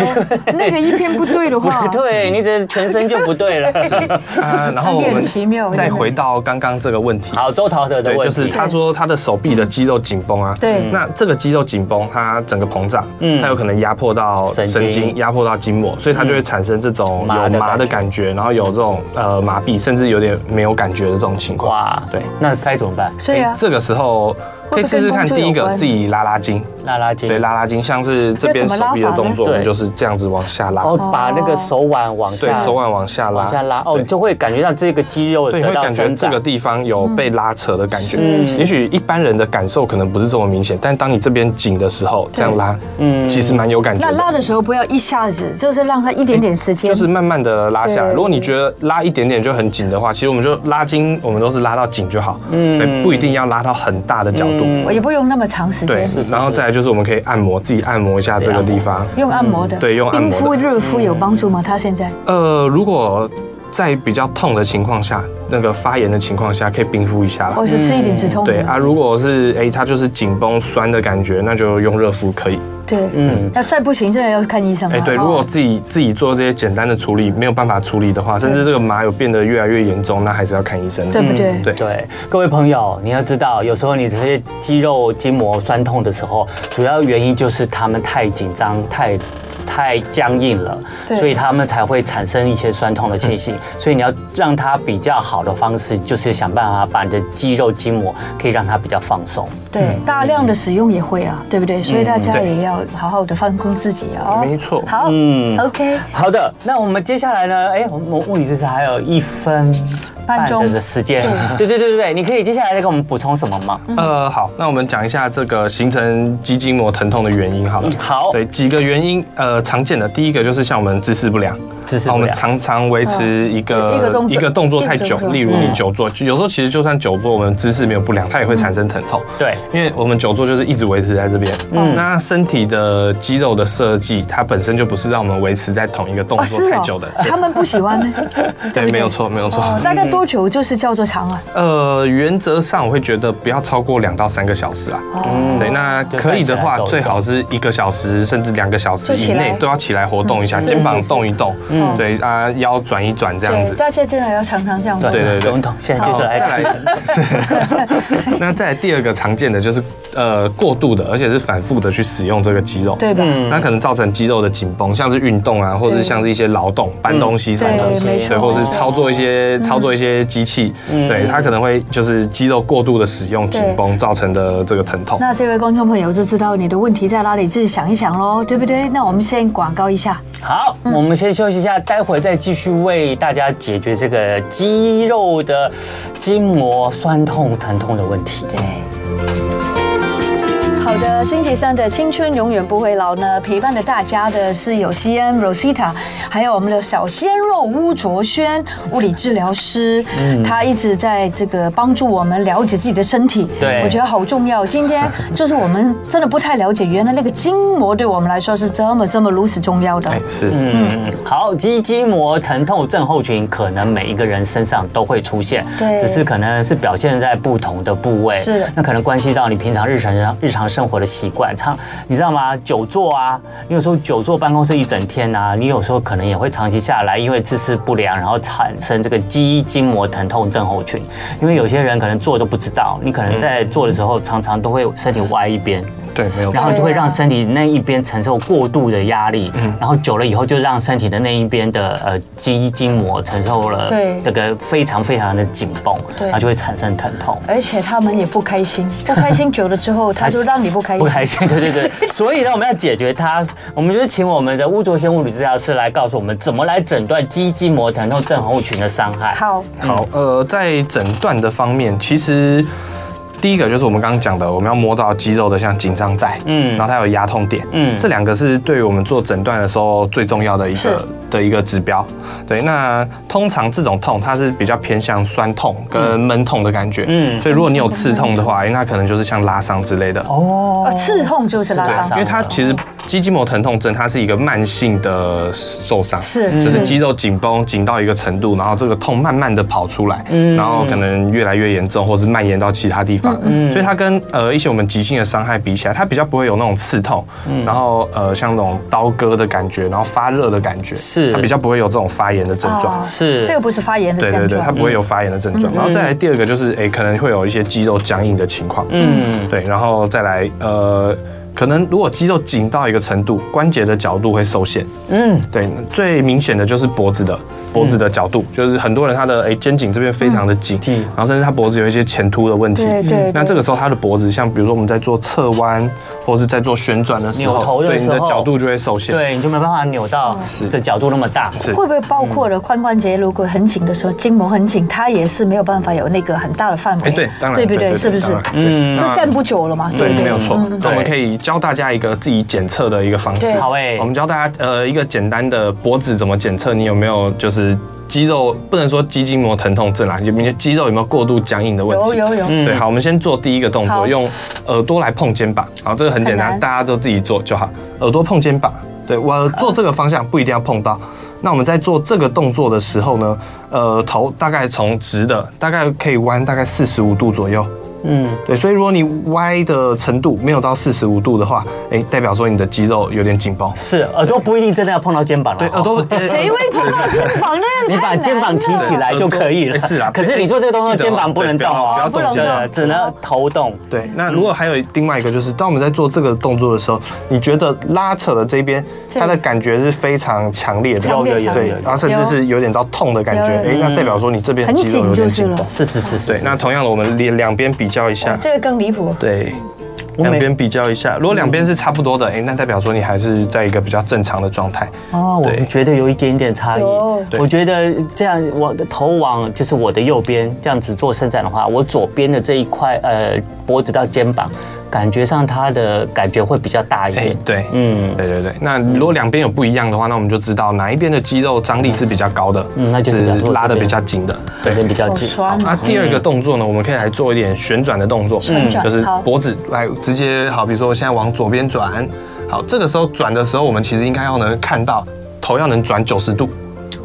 那个一片不对的 话对你这全身就不对了。啊，然后我有们点奇妙再真的回到刚刚这个问题，好，周陶德的对，问就题，是他说他的手臂的肌肉紧绷啊，对那这个肌肉紧绷，它整个膨胀，嗯它有可能压迫到神神经嗯经，压迫到筋膜，所以它就会产生这种麻有的麻的感感觉，然后有这种呃麻痹，甚至有点没有感觉的这种情况。哇，对，那该怎么办？ 所以哎啊，这个时候会不可会以试跟试工看，作第有一个关自己拉拉筋，拉拉筋，对，拉拉筋，像是这边要怎么手拉臂的法呢动作，我们对就是这样子往下拉然，后把那个手腕往对下，手腕往下拉，往下拉，哦，对你就会感觉到这个肌肉对，得会到感觉伸这展个。地方有嗯被拉扯的感觉。嗯是也许一般人的感受可能不是这么明显，但当你这边紧的时候，这样拉，嗯嗯，其实蛮有感觉那拉的。的时候不要一下子，就是让它一点点时间。就是慢慢的拉下来。对如果你觉得拉一点点就很紧的话，其实我们就拉筋，我们都是拉到紧就好，嗯嗯，不一定要拉到很大的角度。嗯我也不用那么长时对间，是是，然后再来就是我们可以按摩，自己按摩一下这个地方。用按摩的。嗯对用按摩冰的嗯敷、热敷有帮助吗？它现在呃，如果在比较痛的情况下，那个发炎的情况下，可以冰敷一下啦。或是吃一点止痛对的。啊，如果是哎、它就是紧绷酸的感觉，那就用热敷可以。对，嗯，那再不行，真的要看医生哎、了。对，哦如果自己自己做这些简单的处理没有办法处理的话，甚至这个麻有变得越来越严重，那还是要看医生。对不对？对嗯对，各位朋友，你要知道，有时候你这些肌肉筋膜酸痛的时候，主要原因就是他们太紧张、太太僵硬了，对嗯所以他们才会产生一些酸痛的情形。所以你要让它比较好的方式，就是想办法把你的肌肉筋膜可以让它比较放松。对，嗯大量的使用也会啊，对不对？所以大家对也要好好的放空自己啊。哦嗯没错好嗯，OK，好的，那我们接下来呢？哎，我们物理知识还有一分半半钟的时间。 对对对对对，你可以接下来再给我们补充什么吗？呃，好，那我们讲一下这个形成肌筋膜疼痛的原因好了。嗯好，嗯对，几个原因，呃，常见的第一个就是像我们姿势不良，姿势啊不我们良常常维持嗯一一个个动作一个动作太一个久动，作例如你嗯久坐，就有时候其实就算久坐，我们姿势没有不良，它也会产生疼痛。对，因为我们久坐就是一直维持在这边，嗯那身体的肌肉的设计，它本身就不是让我们维持在同一个动哦，作是太哦久的，，他们不喜欢呢。 对，没有错，没有错。哦，大概多久就是叫做长啊？呃，原则上我会觉得不要超过两到三个小时啊。哦，对，那可以的就站起来话走一走，最好是一个小时甚至两个小时就起以来内都要起来活动一下，嗯肩膀是是动一动，嗯对啊，腰转一转这样对，子。大家真的要常常这样做。对对对懂懂。现在好就是来再看来，是那再来 第二个常见的就是呃过度的，而且是反复的去使用这个肌肉。对吧？那可能造成肌肉的紧绷，像是运动啊，或者嗯对是像是一些劳动、搬东西、什么东西，啊对没错嗯对，或者是操作一些操作一些机器，对，它可能会就是肌肉过度的使用紧绷造成的这个疼痛。那这位观众朋友就知道你的问题在哪里，自己想一想喽，对不对？那我们先广告一下，好，嗯我们先休息一下，待会儿再继续为大家解决这个肌肉的筋膜酸痛疼痛的问题。好的，星期三的青春永远不会老呢，陪伴着大家的是有西安 Rosita，还有我们的小仙肉巫卓轩物理治疗师，他一直在这个帮助我们了解自己的身体，对我觉得好重要。今天就是我们真的不太了解，原来那个筋膜对我们来说是这么这么如此重要的。哎，是。嗯，好，肌筋膜疼痛症候群可能每一个人身上都会出现，对只是可能是表现在不同的部位，是那可能关系到你平常日常日常生活的习惯，常你知道吗？久坐啊，你有时候久坐办公室一整天啊，你有时候可能也会长期下来，因为姿势不良，然后产生这个肌筋膜疼痛症候群，因为有些人可能坐都不知道，你可能在嗯坐的时候常常都会身体歪一边。对，没有然错。后就会让身体那一边承受过度的压力，嗯然后久了以后就让身体的那一边的呃肌筋膜承受了对这个非常非常的紧绷，对然后就会产生疼痛。 而且他们也不开心，不开心久了之后，他就让你不开不心。开心，对对对，所以呢，我们要解决它，我们就是请我们的巫卓轩物理治疗师来告诉我们怎么来诊断肌筋膜疼痛症候群的伤害。嗯好，好，呃，在诊断的方面，其实第一个就是我们刚刚讲的，我们要摸到肌肉的像紧张带，嗯嗯，然后它有压痛点，嗯嗯，这两个是对于我们做诊断的时候最重要的一是个的一个指标。对，那通常这种痛它是比较偏向酸痛跟闷痛的感觉，嗯嗯，所以如果你有刺痛的话，那可能就是像拉伤之类的。哦呃，刺痛就是是拉拉伤伤因为它其实肌筋膜疼痛症，它是一个慢性的受伤，是就是是肌肉紧绷紧到一个程度，然后这个痛慢慢的跑出来，嗯然后可能越来越严重，或是蔓延到其他地方。所以它跟呃一些我们急性的伤害比起来，它比较不会有那种刺痛，然后呃像那种刀割的感觉，然后发热的感觉，是它比较不会有这种发炎的症状哦。是这个不是发炎的对症对对，它状。不会有发炎的症状。然后再来第二个就是，哎，可能会有一些肌肉僵硬的情况。嗯对，然后再来呃，可能如果肌肉紧到一个程度，关节的角度会受限。嗯对，最明显的就是脖子的脖子的嗯角度，就是很多人他的哎肩颈这边非常的紧，嗯然后甚至他脖子有一些前凸的问题。嗯对对那对这个时候他的脖子，像比如说我们在做侧弯或是在做旋转的时扭头候，的对你的时候角度就会受限。对，你就没办法扭到这角度那么大，是嗯会不会包括了髋关节如果很紧的时候，筋膜很紧，它也是没有办法有那个很大的范围，哎，对，当然对不对？是不是？当然对嗯，这站不久了嘛，对，不对？没有错。嗯那我对们可以教大家一个自己检测的一个方式对。好欸诶我们教大家呃一个简单的脖子怎么检测你有没有就是肌肉不能说肌筋膜疼痛症啦，有没有肌肉有没有过度僵硬的问有题？有有，嗯对，好，我们先做第一个动好作，用耳朵来碰肩膀。好，这个很简很难单，大家都自己做就好。耳朵碰肩膀，对我做这个方向不一定要碰到。那我们在做这个动作的时候呢，呃，头大概从直的，大概可以弯大概四十五度左右。嗯对，所以如果你歪的程度没有到四十五度的话，哎、代表说你的肌肉有点紧绷。是耳朵不一定真的要碰到肩膀了，哦对，耳哦朵呃谁会碰到肩膀呢？ 你把肩膀提起来就可以了。哎是啊可是你做这个动作，记得哦肩膀不能动哦，对不要不要动对不能动只能头动。对，那如果还有另外一个就是，当我们在做这个动作的时候，你觉得拉扯的这边这它的感觉是非常强烈的，强烈强对烈，然后甚至是有点到痛的感觉，有嗯哎、那代表说你这边很肌肉紧有就点是紧了哦绷。。是是是是对，那同样的，我们两两边比较一下，这个更离啊谱，对，我每两边比较一下，如果两边是差不多的，哎、那代表说你还是在一个比较正常的状态。哦，我对觉得有一点点差异有。对我觉得这样，我的头往就是我的右边这样子做伸展的话，我左边的这一块呃脖子到肩膀，感觉上它的感觉会比较大一哎、点。对，嗯对对对，那如果两边有不一样的话，那我们就知道哪一边的肌肉张力是比较高的，嗯那就是表示我这边拉的比较紧的。这边比较好紧。酸那啊！第二个动作呢，我们可以来做一点旋转的动作，旋转就是好脖子来直接好，比如说我现在往左边转，好，这个时候转的时候，我们其实应该要能看到头要能转九十度，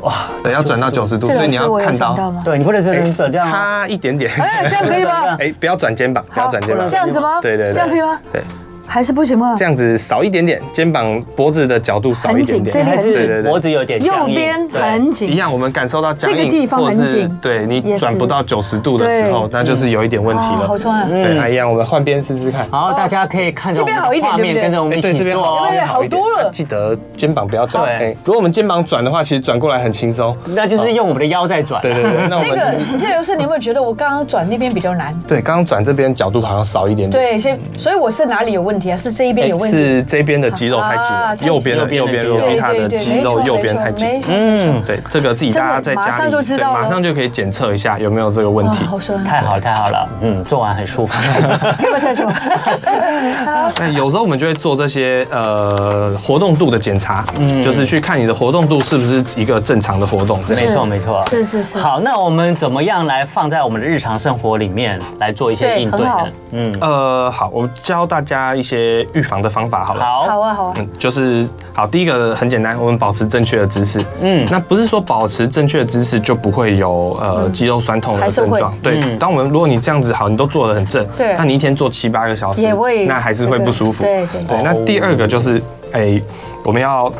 哇，对，要转到九十度，这所老以你师要我有看讲到到，吗？对你不能真哎的走这样哦。差一点点， 哎，这样可以吗？哎，不要转肩膀，不要转肩膀这，样子吗？对对对这样可以吗？对，还是不行吗这？样子少一点点，肩膀脖子的角度少一点很紧这点里，还很紧对是对对脖子有点右僵硬边对很一紧，样，我们感受到僵硬，这个地方很或者是紧对也你是转不到九十度的时候对，那就是有一点问题哦好了。酸啊！对，那一嗯哎样，我们换边试试看。好，大家可以看着这我边们好一的点画面，对不对跟着我们哎一对，起这边做好对哦对。好一点好多了啊记得肩膀不要转。对哎，如果我们肩膀转的话，其实转过来很轻松。那就是用我们的腰在转。对对对， 那我那个们这刘师，你有没有觉得我刚刚转那边比较难？对刚刚转这边角度好像少一点点。对，先，所以我是哪里有问问题啊，是这一边有问题。哎是这边的肌肉太紧啊了，太右边的紧右了边右尤边其的他的肌肉右边太紧。嗯，对，这个自己真的大家在家里马上就知道对了马上就可以检测一下有没有这个问哇，题。好酸，太好了太好了，嗯，做完很 舒服。要不要再说？好那哎有时候我们就会做这些呃活动度的检查，就是去看你的活动度是不是一个正常的活动。这样嗯是没错没错，是是是好，那我们怎么样来放在我们的日常生活里面来做一些对应对很好呢？嗯，呃，好，我教大家一些预防的方法好了。好好，啊好啊，嗯，就是好，第一个很简单，我们保持正确的姿势。嗯，那不是说保持正确的姿势就不会有呃肌肉酸痛嗯还的是症会状。对，嗯当我们如果你这样子好，你都坐得很正，对那你一天坐七八个小时，也会那还是会不舒服。对对对，那第二个就是，哎、我们要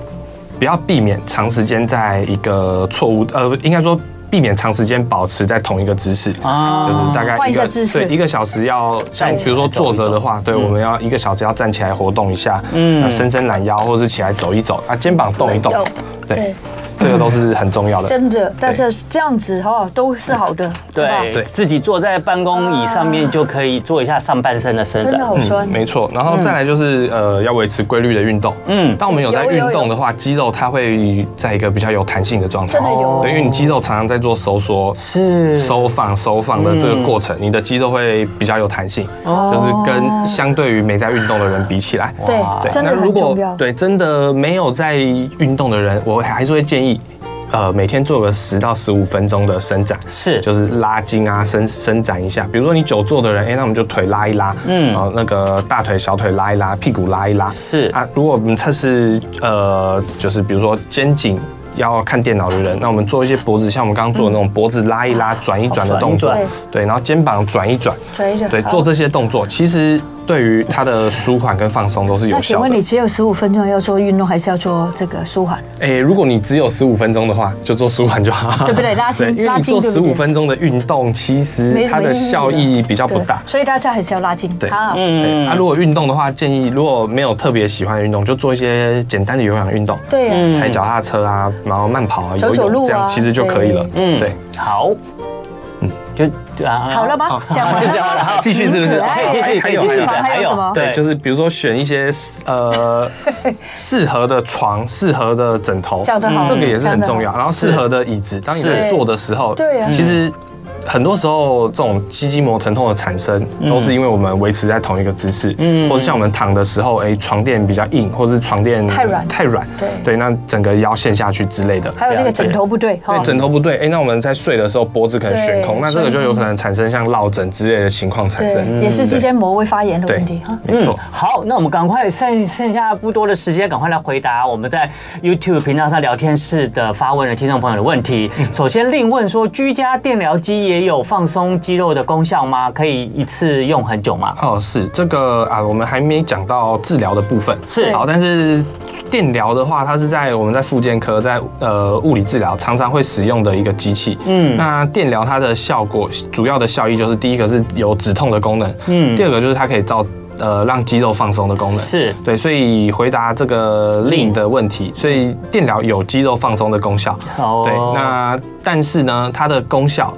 不要避免长时间在一个错误，呃，应该说避免长时间保持在同一个姿势。啊就是大概换一一下个姿势对一个小时要像站起比来如说坐着的话，对走我们要一个小时要站起来活动一下，嗯嗯，伸伸懒腰或是起来走一走啊，肩膀动一动懒腰，对，这个都是很重要的。真的，但是这样子哈都是好的，好不好对，对自己坐在办公椅上面就可以做一下上半身的伸真的展。好酸，嗯没错，然后再来就是呃，要维持规律的运动。嗯嗯，当我们有在有有运有动的话，肌肉它会在一个比较有弹性的状态。真的有对因为你肌肉常常在做收缩、是收放、收放的这个过程，你的肌肉会比较有弹性，哦就是跟相对于没在运动的人比起来。对，真那的如很果重要。对真的没有在运动的人，我还是会建议，呃，每天做个十到十五分钟的伸展，是就是拉筋啊，伸伸展一下。比如说你久坐的人，哎、那我们就腿拉一拉，嗯嗯，然后那个大腿、小腿拉一拉，屁股拉一拉。是啊，如果我们测试呃，就是比如说肩颈。要看电脑的人，那我们做一些脖子，像我们刚刚做的那种脖子拉一拉、转一转的转一动作转，对，然后肩膀转一转，转一 转对，好做这些动作，其实对于它的舒缓跟放松都是有那效请的。问你只有十五分钟要做运动，还是要做这个舒缓？诶，如果你只有十五分钟的话，就做舒缓就好， 对不对拉筋对因为拉你筋做对不十对五分钟的运动，其没实什么它的意义效的益比较不对大。所以大家还是要拉筋。对好，嗯对，啊，如果运动的话，建议如果没有特别喜欢的运动，就做一些简单的有氧运动，对啊，踩脚踏车啊，然后慢跑啊、走游走泳路这啊样，其实就可以了。嗯嗯，对，好，嗯，就就啊好了吗？讲完了。好了，好继续是不哦是？哎可以继续，可以继续，预防还有什么对，就是比如说选一些 呃适合的床、适合的枕头，讲得好这个也是很重讲得要。好然后适合的椅子，当你在是坐的时候，对啊其实。很多时候，这种肌筋膜疼痛的产生，都是因为我们维持在同一个姿势，嗯嗯，或者像我们躺的时候，哎，床垫比较硬，或是床垫太软太软，对对，那整个腰陷下去之类的，还有那个枕头不对对，枕头不对，哎、那我们在睡的时候脖子可能对悬空，那这个就有可能产生像落枕之类的情况产生，对，也是嗯肌间膜会发炎的问题哈。没错。嗯好，那我们赶快剩剩下不多的时间，赶快来回答我们在 YouTube 频道上聊天室的发问的听众朋友的问题。嗯首先，另问说，居家电疗机也有放松肌肉的功效吗？可以一次用很久吗？哦，是这个啊，我们还没讲到治疗的部分，是好，但是电疗的话，它是在我们在复健科，在呃物理治疗常常会使用的一个机器。嗯嗯，那电疗它的效果主要的效益就是第一个是有止痛的功能，嗯嗯，第二个就是它可以造呃让肌肉放松的功能。是对，所以回答这个令令的问题，所以电疗有肌肉放松的功效。哦对，那但是呢，它的功效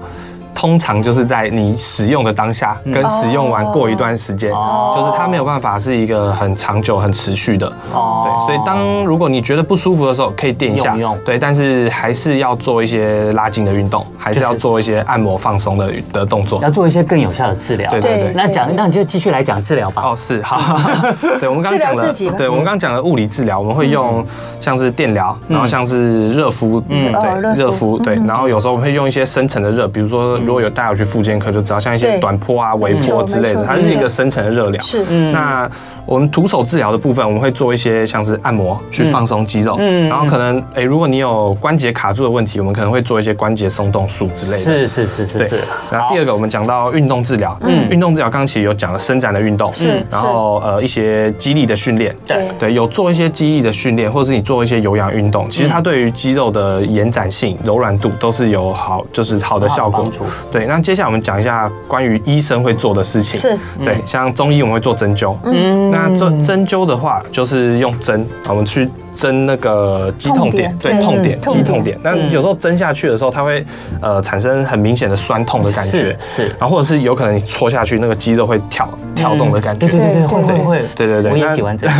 通常就是在你使用的当下，跟使用完过一段时间，嗯哦就是它没有办法是一个很长久、很持续的。哦对，所以当如果你觉得不舒服的时候，可以垫一下，用一用对，但是还是要做一些拉筋的运动，还是要就是做一些按摩放松的的动作要。做一些更有效的治疗。对对对。那讲，那你就继续来讲治疗吧。哦，是好， 对我们刚刚讲治疗的自己吧，嗯对我们刚刚讲的物理治疗，我们会用像是电疗，然后像是热敷，嗯，哦热对，敷嗯热敷，对，然后有时候我们会用一些深层的热，比如说如果有带我去复健科就知道，像一些对短波啊、微没错波之类没错的，嗯它是一个深层的热疗。嗯是，嗯那我们徒手治疗的部分，我们会做一些像是按摩去放松肌肉，嗯嗯然后可能诶，如果你有关节卡住的问题，我们可能会做一些关节松动术之类的。是是是是对是。然后第二个，我们讲到运动治疗，嗯，运动治疗刚刚其实有讲了伸展的运动，是然后呃一些肌力的训练，对对，有做一些肌力的训练，或者是你做一些有氧运动，其实它对于肌肉的延展性、柔软度都是有好，就是好的好效果帮助。对，那接下来我们讲一下关于医生会做的事情，是，对，像中医我们会做针灸，嗯，那针针灸的话就是用针，我们去针那个肌痛点，痛点对嗯痛点痛肌点痛点。那嗯有时候针下去的时候，它会呃产生很明显的酸痛的感觉是，是然后或者是有可能你戳下去那个肌肉会跳跳动的感觉。嗯对对对对对，会会会，对对对我也那喜欢这个。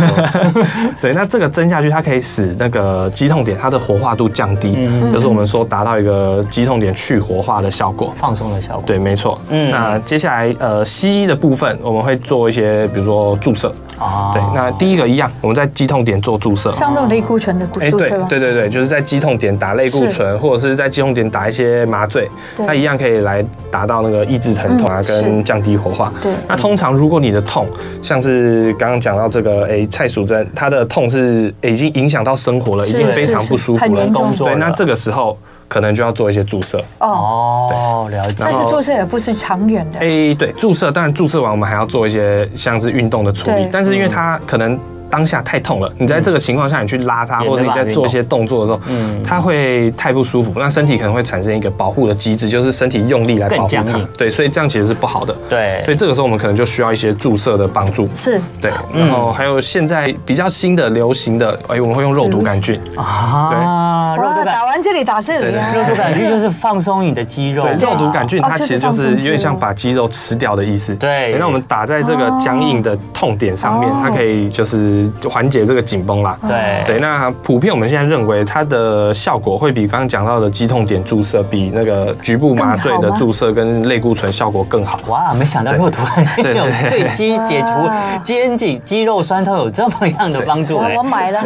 对，那这个针下去，它可以使那个肌痛点它的活化度降低，嗯就是我们说达到一个肌痛点去活化的效果。放松的效果。对，没错。嗯那接下来呃，西医的部分我们会做一些，比如说注射。啊对，那第一个一样，我们在肌痛点做注射。上肉类固醇的固注哎对射吗？嗯对对对，就是在肌痛点打类固醇，或者是在肌痛点打一些麻醉，对它一样可以来达到那个抑制疼痛啊，嗯是跟降低活化。对那通常如果你的痛，像是刚刚讲到这个，诶，蔡淑珍，她的痛是诶已经影响到生活了，已是经非常是是不舒服很了严。重工作了，对，那这个时候可能就要做一些注射。哦，哦，了解但然是后注射也不是长远的，诶，哎对，注射，当然注射完我们还要做一些像是运动的处理对，但是嗯因为它可能当下太痛了，你在这个情况下你去拉它，也没或者你办法在做一些动作的时候，嗯它会太不舒服，那身体可能会产生一个保护的机制，就是身体用力来保护更僵它硬，对，所以这样其实是不好的。对所以这个时候我们可能就需要一些注射的帮助。是对，然嗯后还有现在比较新的流行的，哎，我们会用肉毒杆菌，啊，肉哇，毒杆打完这里打这里啊，肉毒杆菌就是放松你的肌肉嘛，对，肉毒杆菌哦它就其是实就放是松有点肌像肉把肌肉吃掉的意思。对那我们打在这个僵硬的痛点上面哦，它可以就是缓解这个紧绷啦。对对，那普遍我们现在认为它的效果会比刚刚讲到的肌痛点注射，比那个局部麻醉更的好吗注射跟类固醇效果更好。哇，没想到对肉毒杆菌对有对对肌解除哇肩颈肌肉酸痛有这么样的帮助哎我我，买 了，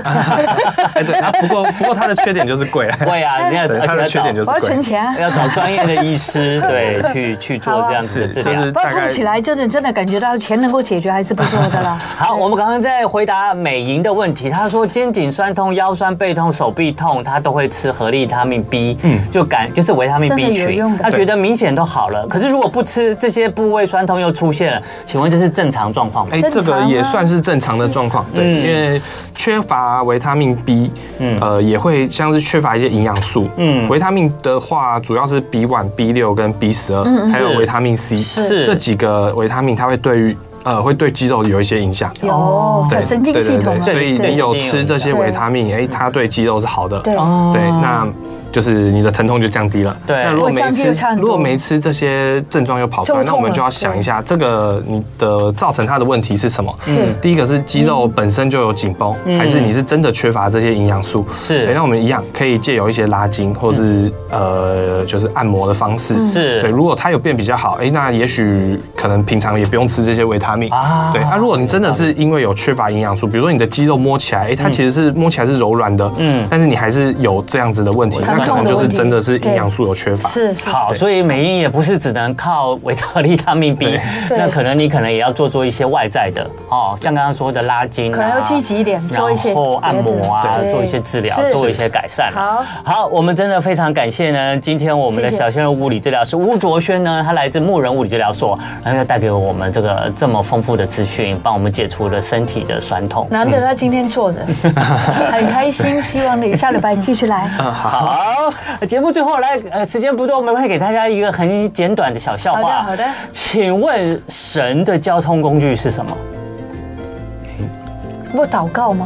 哎，对，那不过不过它的缺点就是贵。会啊，你要对而它的且缺要点找就是我要贵存。钱啊。要找专业的医师 对去去做这样子的治是就疗是。不然大概痛起来，真的真的感觉到钱能够解决还是不错的 啦。好，我们刚刚在回答美莹的问题，她说肩颈酸痛、腰酸背痛、手臂痛，她都会吃合利他命 B，就感就是维他命嗯真的 B 有群用，的她觉得明显都好了。可是如果不吃，这些部位酸痛又出现了，请问这是正常状况吗？哎，正这个常也啊算是正常的状况，对，嗯因为缺乏维他命 B，嗯呃，也会像是缺乏一些营养素，嗯嗯，维他命的话主要是 B one、B 六跟 B 十二，还有是维他命 C，嗯是这几个维他命它会对于呃会对肌肉有一些影响。有对哦神经对系对统哦对啊，所以对你有吃这些维他命，哎，它对肌肉是好的，对嗯哦对，那就是你的疼痛就降低了。对那如果我降没低就差吃，很多如果没吃这些症状又跑出来，就那痛我们了就要想一下，这个你的造成它的问题是什么？嗯是第一个是肌肉嗯本身就有紧绷，还是你是真的缺乏这些营养素？嗯哎是对那我们一样可以借由一些拉筋或是呃，就是按摩的方嗯式。是对，如果它有变比较好，哎，那也许可能平常也不用吃这些维他命啊对，那如果你真的哦是因为有缺乏营养素，比如说你的肌肉摸起来，哎，它嗯其实是摸起来是柔软的，嗯嗯，但是你还是有这样子的问题，疼那可痛能的就是问题真的是营养素有缺乏。是是好，所以美英也不是只能靠维他利他命 B，对那可能你可能也要做做一些外在的哦，像刚刚说的拉筋、啊，可能要积极一点做一些然后按摩啊别，的做一些治疗，是做一些改善、啊好，好，我们真的非常感谢呢，今天我们的谢谢小鲜肉物理治疗师吴卓轩呢，他来自牧人物理治疗所，然后又带给我们这个这么丰富的资讯，帮我们解除了身体的酸痛。难得他今天坐 着，很开心，希望你下礼拜继续 来。啊好，节目最后来，呃，时间不多，我们会给大家一个很简短的小笑话。好的好的请问神的交通工具是什么？不祷告吗？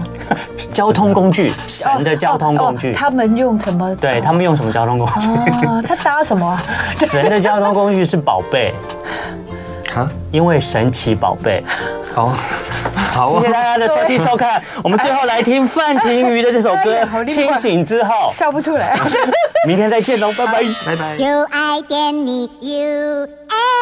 交通工具，神的交通工具。哦哦哦他们用什么？对他们用什么交通工具？啊，他搭什么啊？神的交通工具是宝贝，啊，因为神奇宝贝。好，好谢谢，啊大家的收听收看，我们最后来听范廷瑜的这首歌哎呀好《厉害清醒之 后》，笑 不出来。哦明天再见喽，拜拜。拜拜。就爱点你 UFO。